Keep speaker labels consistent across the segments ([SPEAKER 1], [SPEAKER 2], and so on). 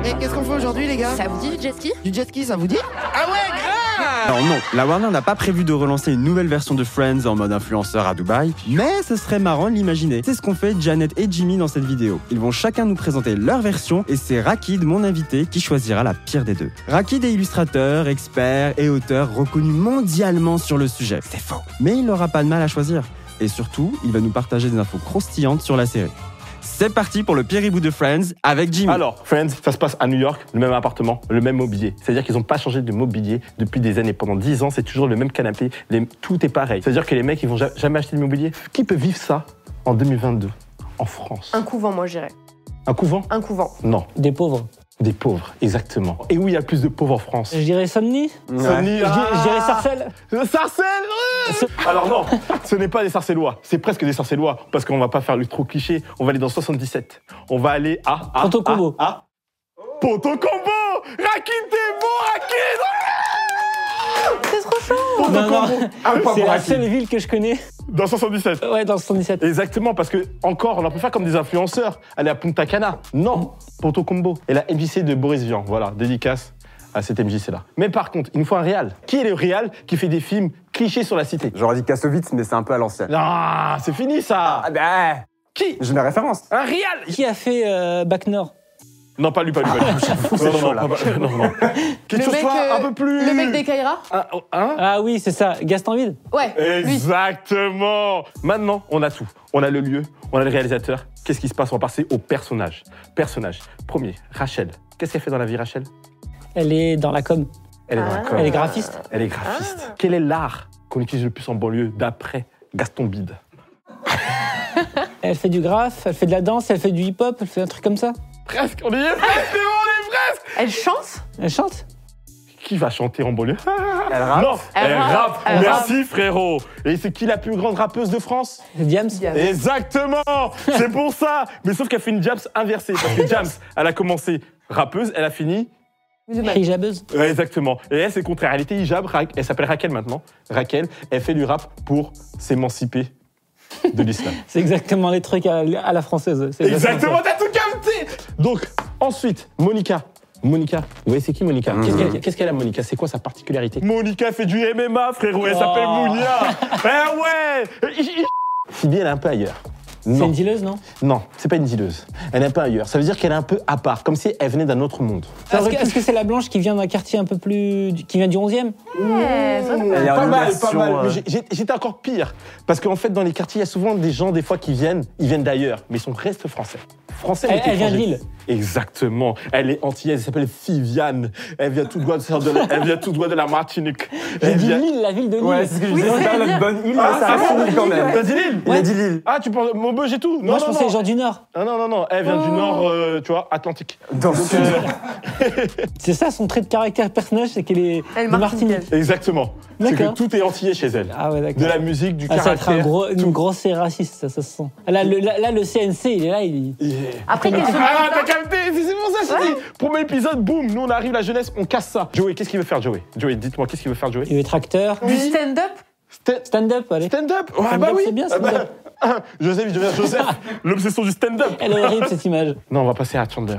[SPEAKER 1] Allez, qu'est-ce qu'on fait aujourd'hui, les gars
[SPEAKER 2] Ça vous dit du jet ski
[SPEAKER 1] Du jet ski, ça vous dit
[SPEAKER 3] Ah ouais, grave
[SPEAKER 4] Alors non, la Warner n'a pas prévu de relancer une nouvelle version de Friends en mode influenceur à Dubaï, mais ce serait marrant de l'imaginer. C'est ce qu'ont fait Janet et Jimmy dans cette vidéo. Ils vont chacun nous présenter leur version et c'est Rakid, mon invité, qui choisira la pire des deux. Rakid est illustrateur, expert et auteur reconnu mondialement sur le sujet. C'est faux. Mais il n'aura pas de mal à choisir. Et surtout, il va nous partager des infos croustillantes sur la série. C'est parti pour le pire reboot de Friends avec Jimmy.
[SPEAKER 5] Alors, Friends, ça se passe à New York, le même appartement, le même mobilier. C'est-à-dire qu'ils n'ont pas changé de mobilier depuis des années. Pendant 10 ans, c'est toujours le même canapé, les- tout est pareil. C'est-à-dire que les mecs, ils vont ja- jamais acheter de mobilier. Qui peut vivre ça en 2022 En France
[SPEAKER 6] Un couvent, moi, je dirais.
[SPEAKER 5] Un couvent
[SPEAKER 6] Un couvent.
[SPEAKER 5] Non,
[SPEAKER 7] Des pauvres.
[SPEAKER 5] des pauvres, exactement. Et où il y a le plus de pauvres en France
[SPEAKER 7] Je dirais Somni.
[SPEAKER 5] Sony,
[SPEAKER 7] Je, dirais- je dirais
[SPEAKER 5] ah
[SPEAKER 7] Sarcelles.
[SPEAKER 5] Le Sarcelles ouais Alors non, ce n'est pas des Sarcellois, c'est presque des Sarcellois, parce qu'on va pas faire le trop cliché, on va aller dans 77. On va aller à... à
[SPEAKER 7] Ponto-Combo.
[SPEAKER 5] À, à- Ponto-Combo Rakim, t'es bon,
[SPEAKER 6] C'est trop chaud
[SPEAKER 5] Rakim
[SPEAKER 7] Non, non.
[SPEAKER 5] Ah, mais pas
[SPEAKER 7] C'est
[SPEAKER 5] bon,
[SPEAKER 7] la
[SPEAKER 5] Rakim.
[SPEAKER 7] seule ville que je connais.
[SPEAKER 5] Dans 77.
[SPEAKER 7] Ouais, dans le 77.
[SPEAKER 5] Exactement, parce que encore, on en peut faire comme des influenceurs. Aller à Punta Cana. Non, Ponto-Combo. Et la MJC de Boris Vian, voilà, dédicace à cette MJC-là. Mais par contre, il nous faut un réal. Qui est le réal qui fait des films clichés sur la cité
[SPEAKER 8] J'aurais dit Kassovitz, mais c'est un peu à l'ancienne.
[SPEAKER 5] Ah, c'est fini ça
[SPEAKER 8] Ah bah
[SPEAKER 5] Qui
[SPEAKER 8] J'ai la référence.
[SPEAKER 5] Un Rial
[SPEAKER 7] Qui a fait euh, Bac Nord
[SPEAKER 5] Non, pas lui, pas lui, pas lui.
[SPEAKER 8] c'est
[SPEAKER 5] Non, non,
[SPEAKER 8] chaud,
[SPEAKER 5] non,
[SPEAKER 8] là.
[SPEAKER 5] pas- pas- non, non. Quelque chose
[SPEAKER 6] mec,
[SPEAKER 5] soit
[SPEAKER 6] euh,
[SPEAKER 5] un peu plus...
[SPEAKER 6] Le mec des Kaira
[SPEAKER 5] Un- Hein
[SPEAKER 7] Ah oui, c'est ça. Gastonville.
[SPEAKER 6] Ouais, lui.
[SPEAKER 5] Exactement Maintenant, on a tout. On a le lieu, on a le réalisateur. Qu'est-ce qui se passe On va passer au personnage. Personnage. Premier, Rachel. Qu'est-ce qu'elle fait dans la vie, Rachel
[SPEAKER 7] Elle est dans la com.
[SPEAKER 5] Elle est dans la com.
[SPEAKER 7] Elle est graphiste.
[SPEAKER 5] Elle est graphiste. Quel est l'art qu'on utilise le plus en banlieue d'après Gaston Bide
[SPEAKER 7] Elle fait du graphe, elle fait de la danse, elle fait du hip-hop, elle fait un truc comme ça.
[SPEAKER 5] Presque, on y est presque, Ah, c'est bon, on est presque
[SPEAKER 6] Elle chante
[SPEAKER 7] Elle chante.
[SPEAKER 5] Qui va chanter en banlieue
[SPEAKER 8] Elle rappe.
[SPEAKER 5] Non,
[SPEAKER 6] Elle
[SPEAKER 5] elle,
[SPEAKER 6] rappe.
[SPEAKER 5] rappe.
[SPEAKER 6] Elle
[SPEAKER 5] Merci frérot. Et c'est qui la plus grande rappeuse de France
[SPEAKER 7] C'est Diams.
[SPEAKER 6] Diable.
[SPEAKER 5] Exactement. C'est pour ça. Mais sauf qu'elle fait une James inversée parce que James, elle a commencé rappeuse, elle a fini
[SPEAKER 7] Hijabeuse.
[SPEAKER 5] Ouais, exactement. Et elle, c'est le contraire. Elle était hijab, Ra- elle s'appelle Raquel maintenant. Raquel, elle fait du rap pour s'émanciper de l'islam.
[SPEAKER 7] C'est exactement les trucs à, à la française. C'est
[SPEAKER 5] exactement, t'as tout capté. Donc ensuite, Monica. Monica, vous voyez c'est qui Monica Qu'est-ce qu'elle qu'est-ce qu'elle a Monica C'est quoi sa particularité Monica fait du MMA frérot, elle s'appelle
[SPEAKER 7] Oh.
[SPEAKER 5] Mounia Eh ouais Hi- hi- Phoebe elle est un peu ailleurs.
[SPEAKER 7] C'est
[SPEAKER 5] Non.
[SPEAKER 7] une dealeuse, non
[SPEAKER 5] Non, c'est pas une dealeuse. Elle est un peu ailleurs. Ça veut dire qu'elle est un peu à part, comme si elle venait d'un autre monde. Ça
[SPEAKER 7] Est-ce
[SPEAKER 5] aurait
[SPEAKER 7] que
[SPEAKER 5] pu-
[SPEAKER 7] est-ce que c'est la blanche qui vient d'un quartier un peu plus. du- qui vient du 11e
[SPEAKER 8] Elle a
[SPEAKER 5] Pas
[SPEAKER 8] une
[SPEAKER 5] mal, pas
[SPEAKER 8] version,
[SPEAKER 5] mal.
[SPEAKER 8] euh,
[SPEAKER 5] Mais j'ai- j'ai- J'étais encore pire. Parce qu'en fait, dans les quartiers, il y a souvent des gens, des fois, qui viennent, ils viennent d'ailleurs, mais ils sont restent français. Français, mais
[SPEAKER 7] Elle- elle vient de
[SPEAKER 5] étrangers.
[SPEAKER 7] Lille.
[SPEAKER 5] Exactement. Elle est antillaise, elle s'appelle Fiviane. Elle vient tout droit de, de la, elle vient tout droit de la Martinique.
[SPEAKER 7] J'ai
[SPEAKER 5] Elle
[SPEAKER 7] dit
[SPEAKER 5] vient...
[SPEAKER 7] Lille, la ville de Lille.
[SPEAKER 8] Ouais, c'est ce que je disais, c'est pas la bonne île, mais ça
[SPEAKER 5] Ah,
[SPEAKER 8] a
[SPEAKER 5] c'est
[SPEAKER 8] fini quand même.
[SPEAKER 5] T'as dit Lille
[SPEAKER 8] Il a dit Lille.
[SPEAKER 5] Ah, tu penses Maubeuge et tout Non,
[SPEAKER 7] Moi, je
[SPEAKER 5] non,
[SPEAKER 7] pensais Oh.
[SPEAKER 5] non.
[SPEAKER 7] gens du Nord.
[SPEAKER 5] Ah, non, non, non. Elle vient du nord, euh, tu vois, Atlantique.
[SPEAKER 8] Dans le sud.
[SPEAKER 5] euh,
[SPEAKER 7] C'est ça, son trait de caractère personnage, c'est qu'elle est.
[SPEAKER 6] Elle
[SPEAKER 7] de
[SPEAKER 6] martiniquaise.
[SPEAKER 5] Exactement. C'est que
[SPEAKER 7] D'accord.
[SPEAKER 5] tout est antillais chez elle.
[SPEAKER 7] Ah ouais,
[SPEAKER 5] De
[SPEAKER 7] d'accord.
[SPEAKER 5] la musique, du
[SPEAKER 7] Ah, ça va être
[SPEAKER 5] caractère.
[SPEAKER 7] un gros,
[SPEAKER 5] tout.
[SPEAKER 7] une grosse et raciste, ça, ça se sent. Là le, là, là, le CNC, il est là, il.
[SPEAKER 5] Yeah.
[SPEAKER 6] Après, qu'elle se
[SPEAKER 5] Ah,
[SPEAKER 6] marie
[SPEAKER 5] t'as capté C'est pour
[SPEAKER 8] Ah.
[SPEAKER 5] ça que je dis Premier épisode, boum Nous, on arrive, la jeunesse, on casse ça. Joey, qu'est-ce qu'il veut faire, Joey Joey, dites-moi, qu'est-ce qu'il veut faire, Joey
[SPEAKER 7] Il veut être acteur.
[SPEAKER 6] pas du stand-up
[SPEAKER 5] Stand-
[SPEAKER 7] Stand-up, allez.
[SPEAKER 5] Stand-up Ouais,
[SPEAKER 7] Stand-up,
[SPEAKER 5] bah oui
[SPEAKER 7] c'est bien,
[SPEAKER 5] Ah bah,
[SPEAKER 7] stand-up.
[SPEAKER 5] Joseph, il devient Joseph L'obsession du stand-up
[SPEAKER 7] Elle est horrible, cette image.
[SPEAKER 5] Non, on va passer à Chandler.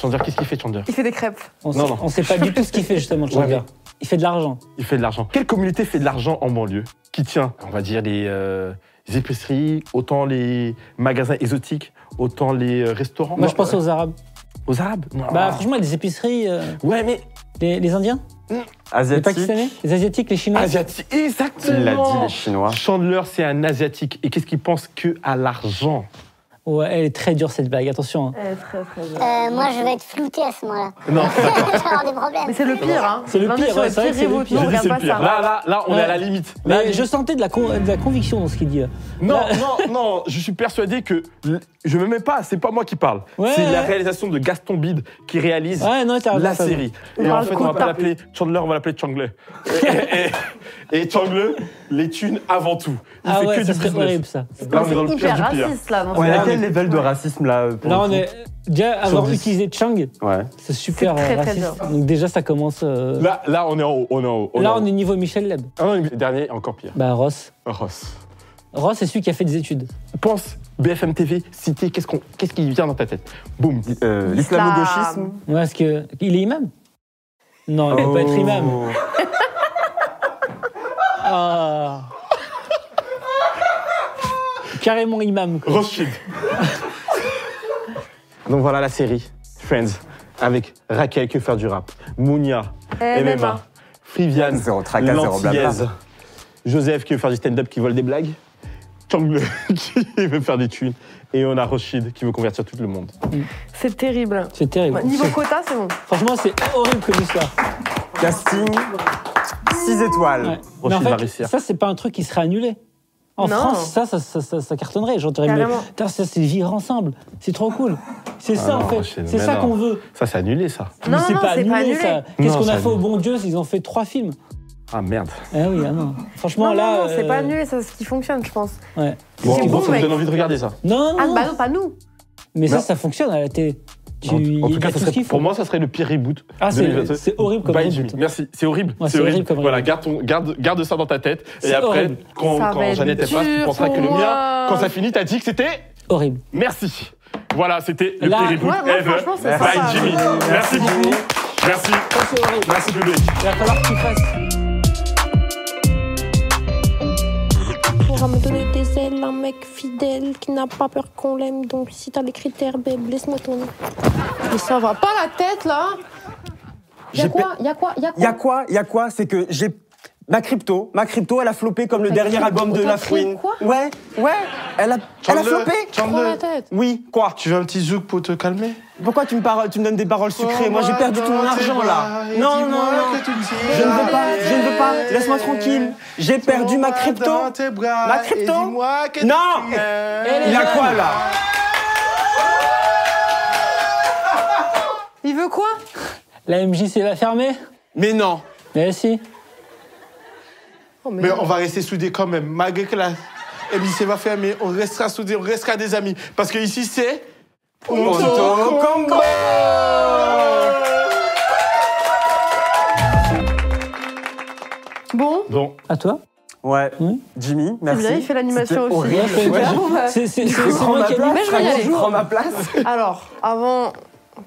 [SPEAKER 5] Chandler, qu'est-ce qu'il fait, Chandler
[SPEAKER 6] Il fait des crêpes.
[SPEAKER 7] On
[SPEAKER 5] Non,
[SPEAKER 7] sait,
[SPEAKER 5] non.
[SPEAKER 7] on sait pas du tout ce qu'il fait, justement, Chandler.
[SPEAKER 5] Ouais, mais-
[SPEAKER 7] Il fait de l'argent.
[SPEAKER 5] Il fait de l'argent. Quelle communauté fait de l'argent en banlieue Qui tient, on va dire, les, euh, les épiceries, autant les magasins exotiques, autant les euh, restaurants
[SPEAKER 7] Moi, je pense
[SPEAKER 5] aux...
[SPEAKER 7] aux Arabes.
[SPEAKER 5] Arabes Non.
[SPEAKER 7] Bah, franchement, les épiceries, euh,
[SPEAKER 5] Ouais, mais...
[SPEAKER 7] les, les Indiens, les
[SPEAKER 8] Asiatique.
[SPEAKER 7] Pakistanais, les Asiatiques, les Chinois.
[SPEAKER 5] Asiatique, exactement
[SPEAKER 8] Il l'a dit, les Chinois.
[SPEAKER 5] Chandler, c'est un asiatique. Et qu'est-ce qu'il pense que à l'argent
[SPEAKER 7] Ouais, elle est très dure, cette blague, attention. hein.
[SPEAKER 6] Elle est Eh, très très bien.
[SPEAKER 9] Euh, moi, je vais être flouté à ce moment-là.
[SPEAKER 5] Non,
[SPEAKER 9] je vais avoir des problèmes.
[SPEAKER 6] Mais c'est le pire, hein
[SPEAKER 7] C'est le
[SPEAKER 6] Non, mais
[SPEAKER 7] pire, ouais, c'est vrai que c'est le
[SPEAKER 6] reboot. Non,
[SPEAKER 7] pire.
[SPEAKER 5] j'ai dit
[SPEAKER 6] regarde
[SPEAKER 5] c'est le
[SPEAKER 6] pas
[SPEAKER 5] pire.
[SPEAKER 6] ça.
[SPEAKER 5] Là, là, là, on est
[SPEAKER 7] Ouais.
[SPEAKER 5] à la limite. Là,
[SPEAKER 7] Mais je sentais de la, con- de la conviction dans ce qu'il dit. hein. là.
[SPEAKER 5] Non,
[SPEAKER 7] Là-
[SPEAKER 5] non, non, je suis persuadé que l- je me mets pas, c'est pas moi qui parle.
[SPEAKER 7] Ouais,
[SPEAKER 5] c'est la
[SPEAKER 7] ouais.
[SPEAKER 5] réalisation de Gaston Bide qui réalise
[SPEAKER 7] Ouais, non, t'as
[SPEAKER 5] la
[SPEAKER 7] raison.
[SPEAKER 5] série.
[SPEAKER 6] On
[SPEAKER 5] Et en
[SPEAKER 6] parle
[SPEAKER 5] fait, on va
[SPEAKER 6] coup
[SPEAKER 5] pas
[SPEAKER 6] par-
[SPEAKER 5] l'appeler Chandler, on va l'appeler Changle. et, et, et Changle, les thunes avant tout. Il
[SPEAKER 7] Ah
[SPEAKER 5] fait
[SPEAKER 7] ouais,
[SPEAKER 5] que
[SPEAKER 7] ça
[SPEAKER 5] du
[SPEAKER 7] serait
[SPEAKER 5] business.
[SPEAKER 7] horrible, ça.
[SPEAKER 5] Là, on est dans le pire
[SPEAKER 6] Hyper
[SPEAKER 5] du pire.
[SPEAKER 6] raciste, là. non,
[SPEAKER 8] On est
[SPEAKER 6] c'est-
[SPEAKER 8] à quel level de racisme là pour
[SPEAKER 7] Là,
[SPEAKER 8] le
[SPEAKER 7] on
[SPEAKER 8] coup
[SPEAKER 7] est. Déjà, avoir
[SPEAKER 8] 10.
[SPEAKER 7] utilisé Chang,
[SPEAKER 8] Ouais.
[SPEAKER 7] c'est super
[SPEAKER 6] C'est très,
[SPEAKER 7] euh,
[SPEAKER 6] très
[SPEAKER 7] raciste.
[SPEAKER 6] dur.
[SPEAKER 7] Donc, déjà, ça commence. euh,
[SPEAKER 5] Là, là, on est en haut, on est en haut.
[SPEAKER 7] Là,
[SPEAKER 5] en
[SPEAKER 7] on
[SPEAKER 5] haut.
[SPEAKER 7] est niveau Michel Leb.
[SPEAKER 5] Ah non, le dernier, encore pire.
[SPEAKER 7] Bah, Ross.
[SPEAKER 5] Ross.
[SPEAKER 7] Ross c'est celui qui a fait des études.
[SPEAKER 5] Pense BFM TV, cité, qu'est-ce qu'on- qu'est-ce qui vient dans ta tête Boum.
[SPEAKER 8] Euh, L'islamo-gauchisme
[SPEAKER 7] Ouais, parce que. Il est imam Non, il peut pas être imam.
[SPEAKER 8] Oh.
[SPEAKER 7] Ah. Carrément imam, quoi.
[SPEAKER 5] Rothschild. Donc voilà la série Friends avec Raquel que faire du rap, Mounia,
[SPEAKER 6] MMA.
[SPEAKER 5] MMA, Friviane,
[SPEAKER 8] Zéro tracas, zéro blabla.
[SPEAKER 5] l'antillaise, Joseph qui veut faire du stand-up qui vole des blagues, Changle qui veut faire des thunes et on a Rothschild qui veut convertir tout le monde.
[SPEAKER 6] C'est terrible.
[SPEAKER 7] C'est terrible.
[SPEAKER 6] Bah, Niveau quota, c'est bon.
[SPEAKER 7] Franchement, c'est horrible comme histoire.
[SPEAKER 8] Casting 6 étoles.
[SPEAKER 7] Ouais.
[SPEAKER 5] Rothschild
[SPEAKER 7] Mais
[SPEAKER 5] va
[SPEAKER 7] en fait,
[SPEAKER 5] réussir.
[SPEAKER 7] ça, c'est pas un truc qui serait annulé. En
[SPEAKER 6] Non.
[SPEAKER 7] France, ça, ça, ça, ça, ça cartonnerait. Genre, t'aurais
[SPEAKER 6] Carrément.
[SPEAKER 7] mais, putain, ça, c'est vivre ensemble. C'est trop cool. C'est ça,
[SPEAKER 5] Ah non,
[SPEAKER 7] en fait.
[SPEAKER 5] Rothschild,
[SPEAKER 7] C'est
[SPEAKER 5] mais
[SPEAKER 7] ça
[SPEAKER 5] non.
[SPEAKER 7] qu'on veut.
[SPEAKER 5] Ça c'est annulé ça.
[SPEAKER 6] Non,
[SPEAKER 7] Mais
[SPEAKER 6] non, c'est pas annulé.
[SPEAKER 7] ça. Qu'est-ce
[SPEAKER 5] Non,
[SPEAKER 7] qu'on a
[SPEAKER 5] c'est
[SPEAKER 7] fait au
[SPEAKER 5] annulé.
[SPEAKER 7] bon Dieu Ils ont fait trois films.
[SPEAKER 5] Ah merde.
[SPEAKER 7] Ah oui, ah non. Franchement,
[SPEAKER 6] non,
[SPEAKER 7] là.
[SPEAKER 6] non, non, c'est
[SPEAKER 7] euh,
[SPEAKER 6] pas annulé, ça, c'est ce qui fonctionne, je pense.
[SPEAKER 7] Ouais.
[SPEAKER 5] Bon,
[SPEAKER 6] C'est
[SPEAKER 5] bon,
[SPEAKER 6] bon,
[SPEAKER 5] ça me
[SPEAKER 6] mec.
[SPEAKER 5] donne envie de regarder ça.
[SPEAKER 7] Non, non,
[SPEAKER 6] Ah,
[SPEAKER 7] non.
[SPEAKER 6] bah non, pas nous.
[SPEAKER 7] Mais ça,
[SPEAKER 5] Non.
[SPEAKER 7] ça fonctionne à la télé. Tu-
[SPEAKER 5] En- en
[SPEAKER 7] il y
[SPEAKER 5] tout
[SPEAKER 7] a
[SPEAKER 5] cas, ça
[SPEAKER 7] tout ce
[SPEAKER 5] serait-
[SPEAKER 7] qu'il faut.
[SPEAKER 5] pour moi, ça serait le pire reboot.
[SPEAKER 7] Ah, c'est-
[SPEAKER 5] 2022.
[SPEAKER 7] c'est horrible comme
[SPEAKER 5] Bye,
[SPEAKER 7] reboot.
[SPEAKER 5] Jimmy. Merci, c'est horrible.
[SPEAKER 7] Ouais, c'est horrible comme
[SPEAKER 5] voilà,
[SPEAKER 7] reboot.
[SPEAKER 5] garde, ton- garde, garde ça dans ta tête. Et
[SPEAKER 7] C'est
[SPEAKER 5] après,
[SPEAKER 7] horrible.
[SPEAKER 5] quand,
[SPEAKER 6] Ça va
[SPEAKER 5] quand
[SPEAKER 6] être
[SPEAKER 5] Jeannette est pas, tu
[SPEAKER 6] dur
[SPEAKER 5] penseras que le
[SPEAKER 6] pour
[SPEAKER 5] mien.
[SPEAKER 6] moi.
[SPEAKER 5] Quand ça finit, t'as dit que c'était
[SPEAKER 7] Horrible.
[SPEAKER 5] merci. Voilà, c'était le
[SPEAKER 7] Là,
[SPEAKER 5] pire reboot
[SPEAKER 6] Ouais, moi,
[SPEAKER 5] ever.
[SPEAKER 6] franchement, c'est
[SPEAKER 5] Bye,
[SPEAKER 6] sympa.
[SPEAKER 5] Jimmy. Merci beaucoup. Merci.
[SPEAKER 7] Ça, c'est horrible.
[SPEAKER 5] Merci, public.
[SPEAKER 7] Il va falloir que tu fasses.
[SPEAKER 2] pourra me donner des ailes, un mec fidèle qui n'a pas peur qu'on l'aime. Donc si t'as les critères, babe, laisse-moi tourner.
[SPEAKER 6] Mais ça va pas la tête, là.
[SPEAKER 8] J'ai
[SPEAKER 2] Y'a quoi Y'a quoi Y'a
[SPEAKER 8] Il y a
[SPEAKER 2] quoi
[SPEAKER 8] quoi Il y a quoi C'est que j'ai ma crypto, ma crypto, elle a floppé comme le dernier
[SPEAKER 2] crypto-
[SPEAKER 8] album de
[SPEAKER 2] ta
[SPEAKER 8] Lafouine.
[SPEAKER 2] crypto, quoi
[SPEAKER 8] ouais, ouais, elle a, elle a
[SPEAKER 5] Chandler,
[SPEAKER 8] floppé.
[SPEAKER 2] Prends la tête.
[SPEAKER 8] Oui, quoi
[SPEAKER 5] Tu veux un petit zouk pour te calmer
[SPEAKER 8] Pourquoi tu me, paroles- tu me donnes des paroles sucrées Moi, j'ai perdu tout mon argent là. Non, non, non. Je ne veux pas, je ne veux pas. Laisse-moi tranquille. J'ai perdu ma crypto. Ma crypto Non Il a quoi là
[SPEAKER 6] Il veut quoi
[SPEAKER 7] La MJC va fermer
[SPEAKER 8] Mais non.
[SPEAKER 7] Mais si.
[SPEAKER 6] Oh, mais
[SPEAKER 3] Mais on va rester soudés quand même, malgré que la MIC va fermer, on restera soudés, on restera des amis. Parce que ici, c'est.
[SPEAKER 8] Ponto Combo
[SPEAKER 6] Bon,
[SPEAKER 5] Bon,
[SPEAKER 7] À toi
[SPEAKER 8] Ouais,
[SPEAKER 7] Oui.
[SPEAKER 8] Hmm? Jimmy,
[SPEAKER 6] c'est
[SPEAKER 8] merci.
[SPEAKER 6] bien, il fait l'animation aussi.
[SPEAKER 8] C'était horrible.
[SPEAKER 7] Ouais, c'est
[SPEAKER 6] Ouais.
[SPEAKER 7] bien.
[SPEAKER 6] Bon, bah,
[SPEAKER 7] C'est c'est-
[SPEAKER 8] Tu
[SPEAKER 7] c'est- c'est
[SPEAKER 8] prends
[SPEAKER 7] moi
[SPEAKER 8] ma
[SPEAKER 7] qui ai
[SPEAKER 8] place
[SPEAKER 6] Mais je vais y aller.
[SPEAKER 8] Tu prends ma place
[SPEAKER 6] Alors, avant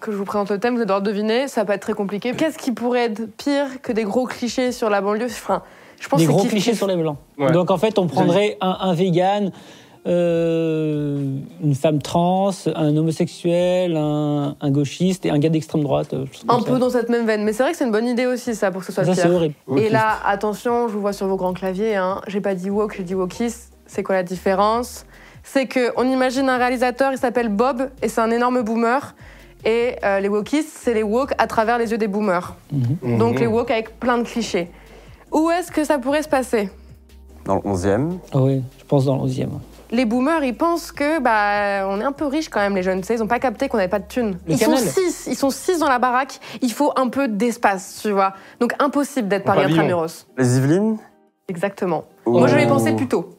[SPEAKER 6] que je vous présente le thème, vous allez devoir deviner, ça va pas être très compliqué. Qu'est-ce qui pourrait être pire que des gros clichés sur la banlieue Enfin, je pense
[SPEAKER 7] Des
[SPEAKER 6] que
[SPEAKER 7] gros
[SPEAKER 6] c'est
[SPEAKER 7] clichés
[SPEAKER 6] kiff-kiff.
[SPEAKER 7] sur les blancs.
[SPEAKER 5] Ouais.
[SPEAKER 7] Donc en fait, on prendrait un, un vegan, euh, une femme trans, un homosexuel, un, un gauchiste et un gars d'extrême droite. euh, je sais pas
[SPEAKER 6] Un
[SPEAKER 7] ça.
[SPEAKER 6] peu dans cette même veine. Mais c'est vrai que c'est une bonne idée aussi, ça, pour que ce soit
[SPEAKER 7] Ça, c'est
[SPEAKER 6] pire.
[SPEAKER 7] horrible.
[SPEAKER 6] Et là, attention, je vous vois sur vos grands claviers. Hein. J'ai pas dit woke, j'ai dit wokis. C'est quoi la différence C'est que on imagine un réalisateur, il s'appelle Bob et c'est un énorme boomer. Et euh, les wokis, c'est les woke à travers les yeux des boomers. Donc les woke avec plein de clichés. Où est-ce que ça pourrait se passer
[SPEAKER 8] Dans le 11ème.
[SPEAKER 7] Ah oui, je pense dans le 11e.
[SPEAKER 6] les boomers, ils pensent que bah on est un peu riches quand même les jeunes, tu sais, ils ont pas capté qu'on n'avait pas de thunes.
[SPEAKER 7] Le
[SPEAKER 6] ils
[SPEAKER 7] canal.
[SPEAKER 6] sont six, ils sont six dans la baraque, il faut un peu d'espace, tu vois. Donc impossible d'être Paris
[SPEAKER 5] pavillon.
[SPEAKER 6] intramuros.
[SPEAKER 8] Les Yvelines
[SPEAKER 6] Exactement. Moi je l'ai pensé plus tôt.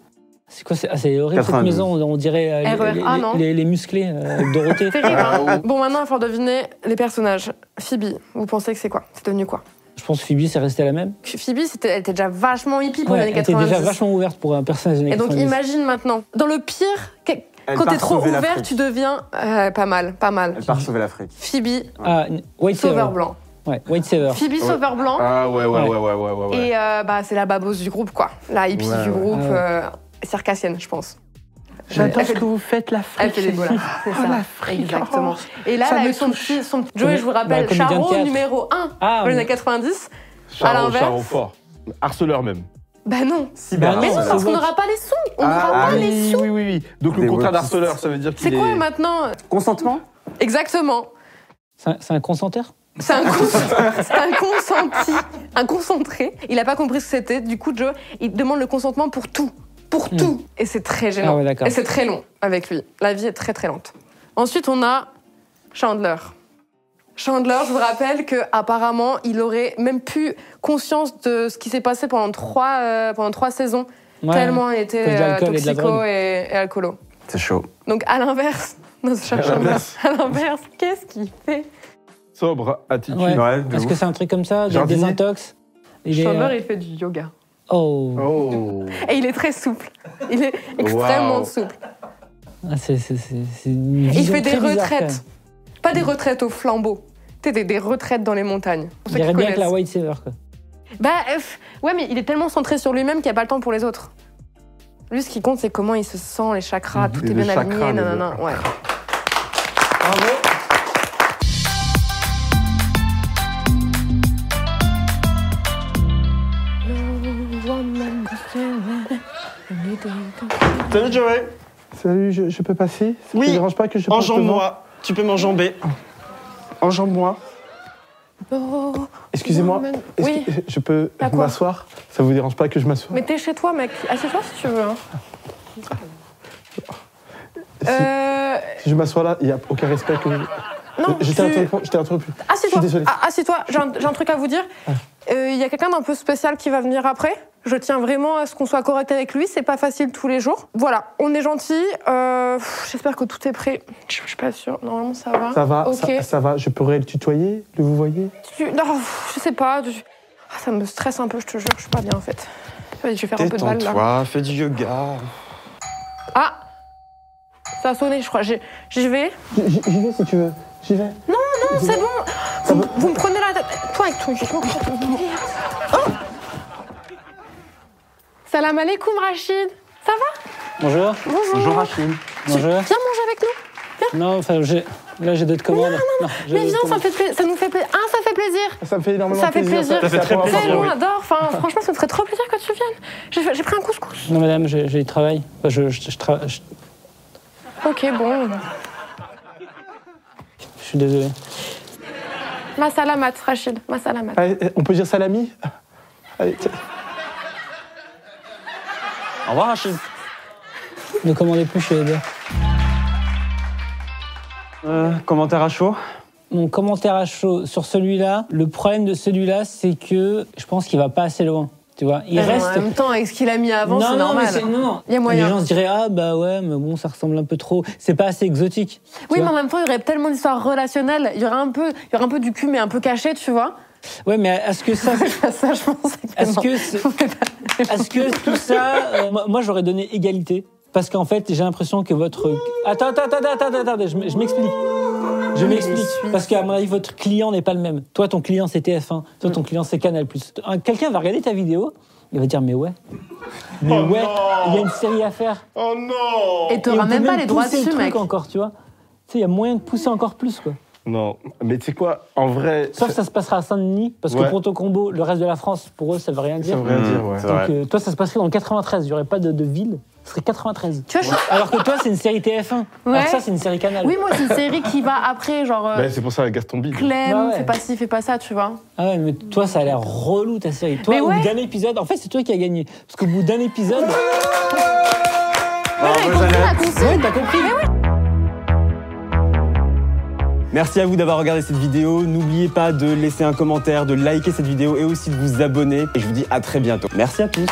[SPEAKER 7] C'est quoi c'est- ah, C'est horrible cette
[SPEAKER 8] 92.
[SPEAKER 7] maison, on, on dirait euh, les-
[SPEAKER 6] RER,
[SPEAKER 7] les,
[SPEAKER 6] ah, non.
[SPEAKER 7] les- les musclés euh, avec Dorothée.
[SPEAKER 6] Terrible.
[SPEAKER 5] Ah,
[SPEAKER 6] hein. bon maintenant il faut deviner les personnages. Phoebe, vous pensez que c'est quoi C'est devenu quoi
[SPEAKER 7] Je pense que Phoebe, c'est resté la même.
[SPEAKER 6] Phoebe, c'était, elle était déjà vachement hippie pour
[SPEAKER 7] Ouais,
[SPEAKER 6] les années
[SPEAKER 7] elle était
[SPEAKER 6] 90.
[SPEAKER 7] déjà vachement ouverte pour un personnage des
[SPEAKER 6] Et
[SPEAKER 7] années
[SPEAKER 6] donc
[SPEAKER 7] 90.
[SPEAKER 6] imagine maintenant, dans le pire, que-
[SPEAKER 8] Elle
[SPEAKER 6] quand
[SPEAKER 8] part
[SPEAKER 6] t'es trop
[SPEAKER 8] sauver
[SPEAKER 6] ouvert,
[SPEAKER 8] l'Afrique.
[SPEAKER 6] tu deviens euh, pas mal, pas mal.
[SPEAKER 8] Elle part sauver l'Afrique.
[SPEAKER 6] Phoebe,
[SPEAKER 7] Ah, White
[SPEAKER 6] sauveur
[SPEAKER 7] Saver.
[SPEAKER 6] blanc.
[SPEAKER 7] Ouais, White Saver.
[SPEAKER 6] Phoebe, sauveur blanc.
[SPEAKER 5] ah ouais, ouais,
[SPEAKER 7] Ouais.
[SPEAKER 5] ouais, ouais, ouais, ouais. ouais.
[SPEAKER 6] Et euh, bah, c'est la babose du groupe, quoi. La hippie
[SPEAKER 5] Ouais,
[SPEAKER 6] du
[SPEAKER 5] ouais.
[SPEAKER 6] groupe,
[SPEAKER 7] Ah ouais.
[SPEAKER 6] euh, circassienne, je pense.
[SPEAKER 7] J'adore
[SPEAKER 6] Elle fait-
[SPEAKER 7] vous faites la
[SPEAKER 6] Elle fait des bolas. C'est ça. Exactement. Et là,
[SPEAKER 7] Oh, Ça
[SPEAKER 6] elle a
[SPEAKER 7] me
[SPEAKER 6] eu son petit, son petit- Joey, je vous rappelle,
[SPEAKER 7] Bah, comédien de
[SPEAKER 6] Charo,
[SPEAKER 7] théâtre.
[SPEAKER 6] numéro 1,
[SPEAKER 7] Ah,
[SPEAKER 6] dans les années 90.
[SPEAKER 5] Charo,
[SPEAKER 6] à l'inverse.
[SPEAKER 5] Charo fort. Harceleur même.
[SPEAKER 6] Bah non.
[SPEAKER 8] Cyber.
[SPEAKER 6] Mais non,
[SPEAKER 7] c'est
[SPEAKER 6] parce qu'on
[SPEAKER 7] woke.
[SPEAKER 6] n'aura pas les sous. On
[SPEAKER 8] Ah,
[SPEAKER 6] n'aura
[SPEAKER 8] ah
[SPEAKER 6] pas les
[SPEAKER 5] oui,
[SPEAKER 6] sous.
[SPEAKER 5] oui, oui, oui. Donc le
[SPEAKER 8] Des
[SPEAKER 5] contraire
[SPEAKER 8] wokistes.
[SPEAKER 5] d'harceleur, ça veut dire qu'il
[SPEAKER 6] C'est
[SPEAKER 5] est.
[SPEAKER 6] quoi maintenant
[SPEAKER 8] Consentement
[SPEAKER 6] Exactement.
[SPEAKER 7] C'est un- c'est un consenteur
[SPEAKER 6] C'est un, cons- c'est un consenti, un concentré. Il n'a pas compris ce que c'était. Du coup, Joe, il demande le consentement pour tout. Pour tout. Et c'est très gênant.
[SPEAKER 7] Hmm. Ah ouais, d'accord.
[SPEAKER 6] Et c'est très long avec lui. La vie est très très lente. Ensuite, on a Chandler. Chandler, je vous rappelle que apparemment, il aurait même plus conscience de ce qui s'est passé pendant trois, euh, pendant trois saisons.
[SPEAKER 7] Ouais.
[SPEAKER 6] Tellement il
[SPEAKER 7] cause
[SPEAKER 6] était
[SPEAKER 7] de
[SPEAKER 6] euh,
[SPEAKER 7] l'alcool et de la
[SPEAKER 6] toxico
[SPEAKER 7] drogue.
[SPEAKER 6] et, et alcoolo.
[SPEAKER 8] C'est chaud.
[SPEAKER 6] Donc à l'inverse, non, c'est Chandler. à l'inverse, qu'est-ce qu'il fait
[SPEAKER 5] Sobre attitude.
[SPEAKER 7] Ouais.
[SPEAKER 8] Ouais, de
[SPEAKER 7] Est-ce
[SPEAKER 8] ouf.
[SPEAKER 7] que c'est un truc comme ça Des
[SPEAKER 5] Jardinier
[SPEAKER 7] désintox Il est,
[SPEAKER 6] Chandler,
[SPEAKER 7] euh,
[SPEAKER 6] il fait du yoga.
[SPEAKER 7] Oh.
[SPEAKER 3] Oh.
[SPEAKER 6] Et il est très souple. Il est extrêmement
[SPEAKER 3] Waouh.
[SPEAKER 6] souple.
[SPEAKER 7] Ah, c'est c'est- c'est- c'est une
[SPEAKER 6] Il
[SPEAKER 7] vision
[SPEAKER 6] fait des
[SPEAKER 7] très bizarre, quand
[SPEAKER 6] retraites. Pas des retraites au flambeau. Tu sais, des, des retraites dans les montagnes. Pour ceux
[SPEAKER 7] même.
[SPEAKER 6] qui
[SPEAKER 7] J'irais bien avec la
[SPEAKER 6] connaissent.
[SPEAKER 7] White Saver. Quoi.
[SPEAKER 6] Bah, euh, pff, ouais, mais il est tellement centré sur lui-même qu'il n'y a pas le temps pour les autres. Lui, ce qui compte, c'est comment il se sent, les chakras, tout
[SPEAKER 5] Et
[SPEAKER 6] est
[SPEAKER 5] Mhm. les
[SPEAKER 6] bien aligné,
[SPEAKER 5] chakras, les
[SPEAKER 6] nanana. Ouais.
[SPEAKER 3] Bravo.
[SPEAKER 8] Salut Joey,
[SPEAKER 5] Salut, je, je peux passer Ça
[SPEAKER 8] Oui.
[SPEAKER 5] te dérange pas que je passe devant
[SPEAKER 8] enjambe-moi. Tu peux m'enjamber. Enjambe-moi.
[SPEAKER 3] hein.
[SPEAKER 5] Excusez-moi, est-ce
[SPEAKER 6] Oui,
[SPEAKER 5] que je peux
[SPEAKER 6] T'as quoi
[SPEAKER 5] m'asseoir Ça vous dérange pas que je m'assoie
[SPEAKER 6] mais t'es chez toi, mec. Assieds-toi si tu veux. hein.
[SPEAKER 5] Si-
[SPEAKER 6] Euh,
[SPEAKER 5] si, je m'assois là, il n'y a aucun respect que je...
[SPEAKER 6] non,
[SPEAKER 5] je
[SPEAKER 6] tu...
[SPEAKER 5] t'ai interrompu, je t'ai interrompu.
[SPEAKER 6] Assieds-toi.
[SPEAKER 5] Je suis désolé. Ah.
[SPEAKER 6] Ah, Assieds-toi, j'ai un, j'ai un truc à vous dire. Euh, Il y a quelqu'un d'un peu spécial qui va venir après. Je tiens vraiment à ce qu'on soit correct avec lui, c'est pas facile tous les jours. Voilà, on est gentil. Euh, pff, J'espère que tout est prêt. Je je suis pas sûre, normalement ça va.
[SPEAKER 5] Ça va,
[SPEAKER 6] Ok.
[SPEAKER 5] ça, ça va, je pourrais le tutoyer, le vous voyez
[SPEAKER 6] Tu- Non, pff, je sais pas. tu- Ah, ça me stresse un peu, je te jure, je suis pas bien en fait. Vas-y, Je vais faire un peu de balle là.
[SPEAKER 8] Détends-toi, fais du yoga.
[SPEAKER 6] Ah Ça a sonné, je crois. J'ai- J'y vais.
[SPEAKER 5] J- j- J'y vais si tu veux, j'y vais.
[SPEAKER 6] Non, c'est bon. Vous, vous me prenez la tête. Toi avec ton Oh Salam alaikum, Rachid. Ça va
[SPEAKER 7] Bonjour.
[SPEAKER 6] Bonjour.
[SPEAKER 5] Rachid.
[SPEAKER 7] Bonjour.
[SPEAKER 6] Viens manger avec nous.
[SPEAKER 7] Non, enfin, j'ai- là, j'ai d'autres commandes. Non, j'ai
[SPEAKER 6] Mais
[SPEAKER 7] d'autres
[SPEAKER 6] viens, ça,
[SPEAKER 7] commandes.
[SPEAKER 6] me fait pla- ça nous fait plaisir. Ah, ça fait plaisir.
[SPEAKER 5] Ça me fait énormément
[SPEAKER 6] Ça fait plaisir.
[SPEAKER 5] c'est
[SPEAKER 6] Ça fait
[SPEAKER 5] la
[SPEAKER 8] très
[SPEAKER 5] première fois
[SPEAKER 8] plaisir,
[SPEAKER 6] Tellement,
[SPEAKER 5] que
[SPEAKER 6] on adore. Enfin, franchement, ça me ferait trop plaisir que tu viennes. J'ai fait- J'ai pris un couscous.
[SPEAKER 7] Non, madame, j'ai j'ai du travail. Enfin, je, je, je tra- je-
[SPEAKER 6] Ok, bon.
[SPEAKER 7] je suis désolé.
[SPEAKER 6] Ma salamat, Rachid. Ma salamat.
[SPEAKER 5] Allez, on peut dire salami Allez, tiens.
[SPEAKER 8] Au revoir Rachid.
[SPEAKER 7] Ne commandez plus chez Uber.
[SPEAKER 4] Euh, commentaire à chaud
[SPEAKER 7] Mon commentaire à chaud sur celui-là, le problème de celui-là, c'est que je pense qu'il va pas assez loin. Tu vois, il reste.
[SPEAKER 6] temps, avec ce qu'il a mis avant,
[SPEAKER 7] non, non, mais c'est non, non.
[SPEAKER 6] Il y a moyen.
[SPEAKER 7] Les gens se diraient ah bah ouais, mais bon, ça ressemble un peu trop. C'est pas assez exotique. Tu
[SPEAKER 6] Oui, mais
[SPEAKER 7] vois.
[SPEAKER 6] en même temps, il y aurait tellement d'histoires relationnelles. Il y aurait un peu, il y aurait un peu du cul, mais un peu caché, tu vois.
[SPEAKER 7] Ouais, mais est-ce que ça,
[SPEAKER 6] ça, je pense.
[SPEAKER 7] est-ce que, ce- est-ce que tout ça, euh, moi, moi, j'aurais donné égalité parce qu'en fait, j'ai l'impression que votre attends, attends, attends, attends, attends, attends, je m- je m'explique. Je m'explique. Parce qu'à mon avis, votre client n'est pas le même. Toi, ton client, c'est TF1. Toi, ton client, c'est Canal+. Un- Quelqu'un va regarder ta vidéo, il va dire, mais ouais. Mais ouais, il y a une série à faire.
[SPEAKER 3] Oh non
[SPEAKER 6] Et
[SPEAKER 7] Et
[SPEAKER 6] Oh t'auras
[SPEAKER 7] on peut
[SPEAKER 6] même pas les droits
[SPEAKER 7] pousser le
[SPEAKER 6] dessus,
[SPEAKER 7] truc
[SPEAKER 6] mec.
[SPEAKER 7] encore, tu vois. Tu sais, il y a moyen de pousser encore plus, quoi.
[SPEAKER 5] Non, mais tu sais quoi, en vrai...
[SPEAKER 7] Sauf que ça se passera à Saint-Denis, parce
[SPEAKER 5] Ouais.
[SPEAKER 7] que pour ton combo, le reste de la France, pour eux, ça veut rien
[SPEAKER 5] Ça
[SPEAKER 7] dire.
[SPEAKER 5] veut rien dire, ouais.
[SPEAKER 7] Donc, euh, toi, ça se passerait dans le 93. Il n'y aurait pas de, de ville. Ce serait 93.
[SPEAKER 6] Tu vois,
[SPEAKER 7] Alors que toi, c'est une série TF1.
[SPEAKER 6] Ouais.
[SPEAKER 7] Alors ça, c'est une série Canal.
[SPEAKER 6] je- oui, moi, c'est une série qui va après, genre euh,
[SPEAKER 5] Bah, c'est pour ça, Gaston Bide.
[SPEAKER 6] Clem,
[SPEAKER 7] Ouais, ouais.
[SPEAKER 6] fais pas ci, fais pas ça, tu vois.
[SPEAKER 7] Ah ouais, mais toi, ça a l'air relou ta série. Toi,
[SPEAKER 6] Mais
[SPEAKER 7] au
[SPEAKER 6] ouais.
[SPEAKER 7] bout d'un épisode, en fait, c'est toi qui as gagné. Parce qu'au bout d'un épisode.
[SPEAKER 6] Ouais, j'avais compris la consigne.
[SPEAKER 7] Ouais, t'as compris.
[SPEAKER 4] Merci à vous d'avoir regardé cette vidéo. N'oubliez pas de laisser un commentaire, de liker cette vidéo et aussi de vous abonner. Et je vous dis à très bientôt. Merci à tous.